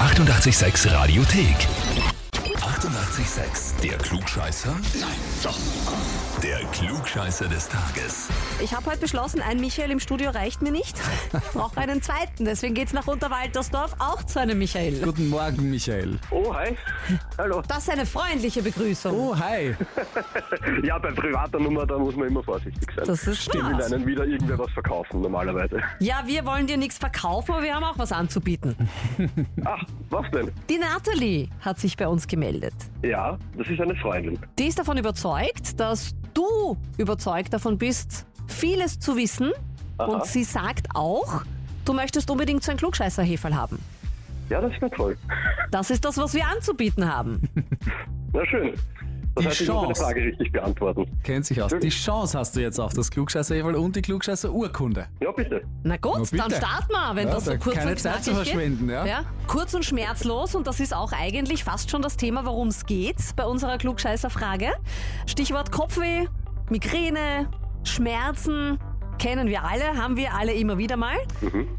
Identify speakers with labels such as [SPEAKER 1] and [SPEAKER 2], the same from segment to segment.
[SPEAKER 1] 886 Radiothek. 88,6. Der Klugscheißer? Nein, doch. Der Klugscheißer des Tages.
[SPEAKER 2] Ich habe heute beschlossen, ein Michael im Studio reicht mir nicht. Ich brauche einen zweiten. Deswegen geht's nach Unterwaltersdorf auch zu einem Michael.
[SPEAKER 3] Guten Morgen, Michael.
[SPEAKER 4] Oh, hi. Hallo.
[SPEAKER 2] Das ist eine freundliche Begrüßung.
[SPEAKER 3] Oh, hi.
[SPEAKER 4] Ja, bei privater Nummer, da muss man immer vorsichtig sein.
[SPEAKER 2] Das ist
[SPEAKER 4] Die will
[SPEAKER 2] Spaß.
[SPEAKER 4] einem wieder irgendwer was verkaufen, normalerweise.
[SPEAKER 2] Ja, wir wollen dir nichts verkaufen, aber wir haben auch was anzubieten.
[SPEAKER 4] Ach, Ah, was denn?
[SPEAKER 2] Die Natalie hat sich bei uns gemeldet.
[SPEAKER 4] Ja, das ist eine Freundin.
[SPEAKER 2] Die ist davon überzeugt, dass du überzeugt davon bist, vieles zu wissen.
[SPEAKER 4] Aha.
[SPEAKER 2] Und sie sagt auch, du möchtest unbedingt so ein Klugscheißer-Heferl haben.
[SPEAKER 4] Ja, das wird toll.
[SPEAKER 2] Das ist das, was wir anzubieten haben.
[SPEAKER 4] Na schön. Das
[SPEAKER 3] Die
[SPEAKER 4] heißt, ich muss meine
[SPEAKER 3] Chance.
[SPEAKER 4] Frage richtig beantworten.
[SPEAKER 3] Kennt sich aus. Die Chance hast du jetzt auf das Klugscheißer-Evel und die Klugscheißer-Urkunde.
[SPEAKER 4] Ja, bitte.
[SPEAKER 2] Na gut,
[SPEAKER 3] Na
[SPEAKER 2] dann
[SPEAKER 3] bitte.
[SPEAKER 2] starten wir, wenn
[SPEAKER 3] Ja,
[SPEAKER 2] das so
[SPEAKER 3] da
[SPEAKER 2] kurz
[SPEAKER 3] keine
[SPEAKER 2] und
[SPEAKER 3] Zeit
[SPEAKER 2] knackig
[SPEAKER 3] zu verschwenden,
[SPEAKER 2] geht.
[SPEAKER 3] ja.
[SPEAKER 2] Kurz und schmerzlos und das ist auch eigentlich fast schon das Thema, worum es geht bei unserer Klugscheißer-Frage. Stichwort Kopfweh, Migräne, Schmerzen, kennen wir alle, haben wir alle immer wieder mal.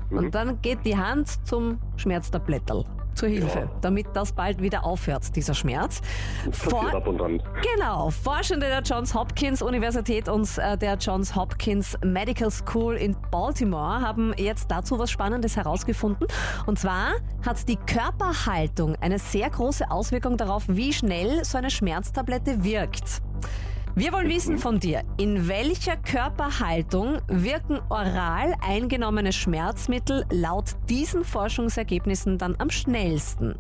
[SPEAKER 2] Und dann geht die Hand zum Schmerztablettel. Zur Hilfe, damit das bald wieder aufhört, dieser Schmerz.
[SPEAKER 4] Passiert ab und an.
[SPEAKER 2] Genau, Forschende der Johns Hopkins Universität und äh, der Johns Hopkins Medical School in Baltimore haben jetzt dazu was Spannendes herausgefunden. Und zwar hat die Körperhaltung eine sehr große Auswirkung darauf, wie schnell so eine Schmerztablette wirkt. Wir wollen wissen von dir, in welcher Körperhaltung wirken oral eingenommene Schmerzmittel laut diesen Forschungsergebnissen dann am schnellsten?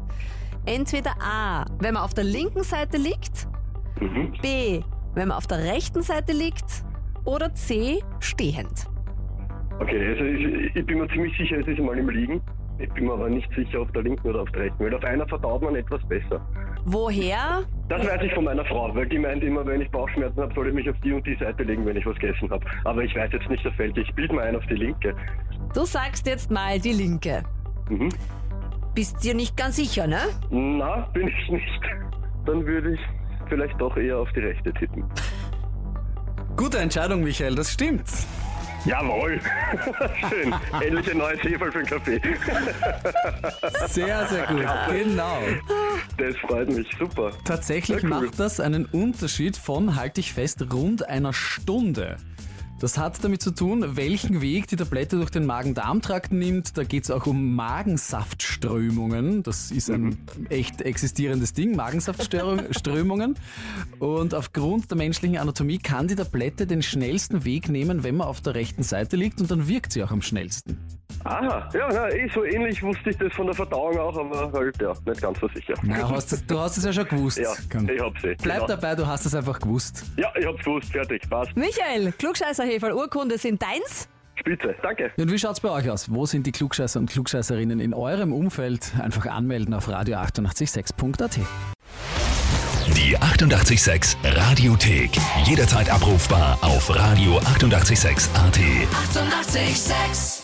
[SPEAKER 2] Entweder A, wenn man auf der linken Seite liegt,
[SPEAKER 4] Mhm.
[SPEAKER 2] B, wenn man auf der rechten Seite liegt oder C, stehend.
[SPEAKER 4] Okay, also ich, ich bin mir ziemlich sicher, es ist mal im Liegen. Ich bin mir aber nicht sicher, auf der linken oder auf der rechten, weil auf einer verdaut man etwas besser.
[SPEAKER 2] Woher?
[SPEAKER 4] Das weiß ich von meiner Frau, weil die meint immer, wenn ich Bauchschmerzen habe, soll ich mich auf die und die Seite legen, wenn ich was gegessen habe. Aber ich weiß jetzt nicht auf welche. Ich bild mir ein auf die linke.
[SPEAKER 2] Du sagst jetzt mal die linke.
[SPEAKER 4] Mhm.
[SPEAKER 2] Bist dir nicht ganz sicher, ne?
[SPEAKER 4] Na, bin ich nicht. Dann würde ich vielleicht doch eher auf die rechte tippen.
[SPEAKER 3] Gute Entscheidung, Michael, das stimmt.
[SPEAKER 4] Jawohl! Schön. Endlich ein neues Heferl für den Kaffee.
[SPEAKER 3] Sehr, sehr gut. Genau.
[SPEAKER 4] Das freut mich. Super.
[SPEAKER 3] Tatsächlich
[SPEAKER 4] Sehr cool.
[SPEAKER 3] macht das einen Unterschied von, halte ich fest, rund einer Stunde. Das hat damit zu tun, welchen Weg die Tablette durch den Magen-Darm-Trakt nimmt. Da geht es auch um Magensaftströmungen. Das ist ein echt existierendes Ding, Magensaftströmungen. Und aufgrund der menschlichen Anatomie kann die Tablette den schnellsten Weg nehmen, wenn man auf der rechten Seite liegt und dann wirkt sie auch am schnellsten.
[SPEAKER 4] Aha, ja, na, eh so ähnlich wusste ich das von der Verdauung auch, aber halt, ja, nicht ganz so sicher.
[SPEAKER 3] Na, hast das, du hast es ja schon gewusst.
[SPEAKER 4] Ja,
[SPEAKER 3] Komm.
[SPEAKER 4] ich hab's eh.
[SPEAKER 3] Bleib
[SPEAKER 4] genau.
[SPEAKER 3] dabei, du hast es einfach gewusst.
[SPEAKER 4] Ja, ich hab's gewusst. Fertig. Passt.
[SPEAKER 2] Michael, Klugscheißer Heferl Urkunde sind deins.
[SPEAKER 4] Spitze. Danke.
[SPEAKER 3] Und wie schaut's bei euch aus? Wo sind die Klugscheißer und Klugscheißerinnen in eurem Umfeld? Einfach anmelden auf radio886.at.
[SPEAKER 1] Die 88,6 Radiothek. Jederzeit abrufbar auf radio886.at. 88,6.
[SPEAKER 2] Sex.